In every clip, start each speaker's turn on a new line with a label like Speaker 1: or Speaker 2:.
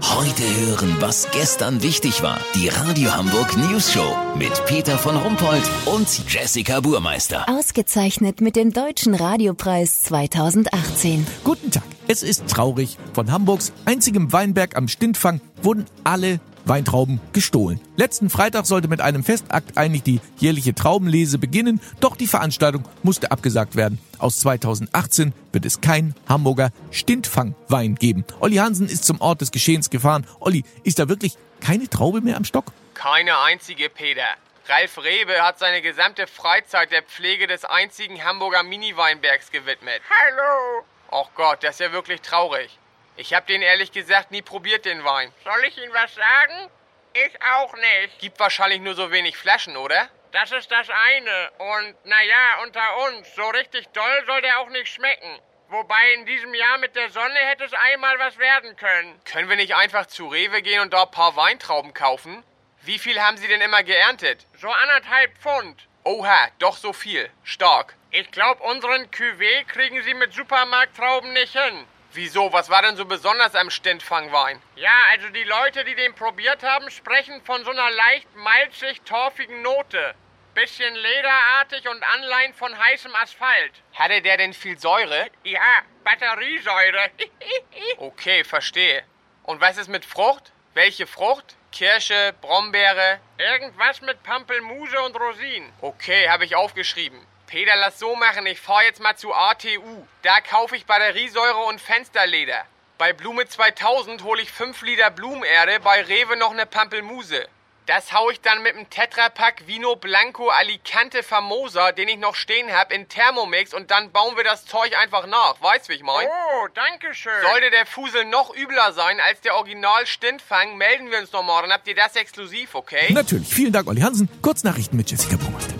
Speaker 1: Heute hören, was gestern wichtig war. Die Radio Hamburg News Show mit Peter von Rumpold und Jessica Burmeister.
Speaker 2: Ausgezeichnet mit dem Deutschen Radiopreis 2018.
Speaker 3: Guten Tag. Es ist traurig. Von Hamburgs einzigem Weinberg am Stintfang wurden alle Weintrauben gestohlen. Letzten Freitag sollte mit einem Festakt eigentlich die jährliche Traubenlese beginnen, doch die Veranstaltung musste abgesagt werden. Aus 2018 wird es keinen Hamburger Stintfangwein geben. Olli Hansen ist zum Ort des Geschehens gefahren. Olli, ist da wirklich keine Traube mehr am Stock?
Speaker 4: Keine einzige, Peter. Ralf Rebe hat seine gesamte Freizeit der Pflege des einzigen Hamburger Mini-Weinbergs gewidmet.
Speaker 5: Hallo,
Speaker 4: Och Gott, das ist ja wirklich traurig. Ich hab den ehrlich gesagt nie probiert, den Wein.
Speaker 5: soll ich Ihnen was sagen? Ich auch nicht.
Speaker 4: Gibt wahrscheinlich nur so wenig Flaschen, oder?
Speaker 5: Das ist das eine. Und naja, unter uns, so richtig doll soll der auch nicht schmecken. Wobei in diesem Jahr mit der Sonne hätte es einmal was werden können.
Speaker 4: Können wir nicht einfach zu Rewe gehen und da ein paar Weintrauben kaufen? Wie viel haben Sie denn immer geerntet?
Speaker 5: So anderthalb Pfund.
Speaker 4: Oha, doch so viel. Stark.
Speaker 5: Ich glaube, unseren Cuvée kriegen Sie mit Supermarkttrauben nicht hin.
Speaker 4: Wieso, was war denn so besonders am Stintfangwein?
Speaker 5: Ja, also die Leute, die den probiert haben, sprechen von so einer leicht malzig-torfigen Note. Bisschen lederartig und Anleihen von heißem Asphalt.
Speaker 4: Hatte der denn viel Säure?
Speaker 5: Ja, Batteriesäure.
Speaker 4: Okay, verstehe. Und was ist mit Frucht? Welche Frucht? Kirsche, Brombeere?
Speaker 5: Irgendwas mit Pampelmuse und Rosinen.
Speaker 4: Okay, habe ich aufgeschrieben. Peter, lass so machen. Ich fahre jetzt mal zu ATU. Da kaufe ich Batteriesäure und Fensterleder. Bei Blume 2000 hole ich 5 Liter Blumenerde, bei Rewe noch eine Pampelmuse. Das hau ich dann mit dem Tetrapack Vino Blanco Alicante Famosa, den ich noch stehen habe, in Thermomix und dann bauen wir das Zeug einfach nach. Weißt, wie ich mein?
Speaker 5: Oh, danke schön.
Speaker 4: Sollte der Fusel noch übler sein als der Original Stintfang, melden wir uns noch morgen. Habt ihr das exklusiv, okay?
Speaker 3: Natürlich. Vielen Dank, Olli Hansen. Kurznachrichten mit Jessica Burmeister.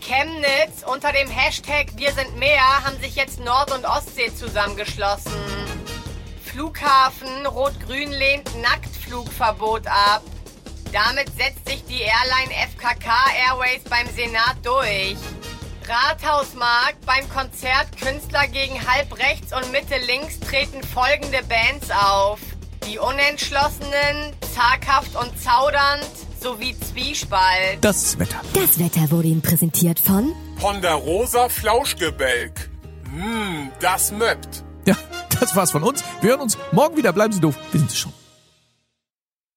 Speaker 6: Chemnitz unter dem Hashtag Wir sind mehr haben sich jetzt Nord- und Ostsee zusammengeschlossen. Flughafen Rot-Grün lehnt Nacktflugverbot ab. Damit setzt sich die Airline FKK Airways beim Senat durch. Rathausmarkt beim Konzert Künstler gegen halb rechts und Mitte links treten folgende Bands auf. Die Unentschlossenen, Zaghaft und Zaudernd sowie Zwiespalt.
Speaker 3: Das Wetter.
Speaker 7: Das Wetter wurde Ihnen präsentiert von
Speaker 8: Ponderosa Flauschgebälk. Mmm, das möppt.
Speaker 3: Ja, das war's von uns. Wir hören uns morgen wieder. Bleiben Sie doof. Wissen Sie schon.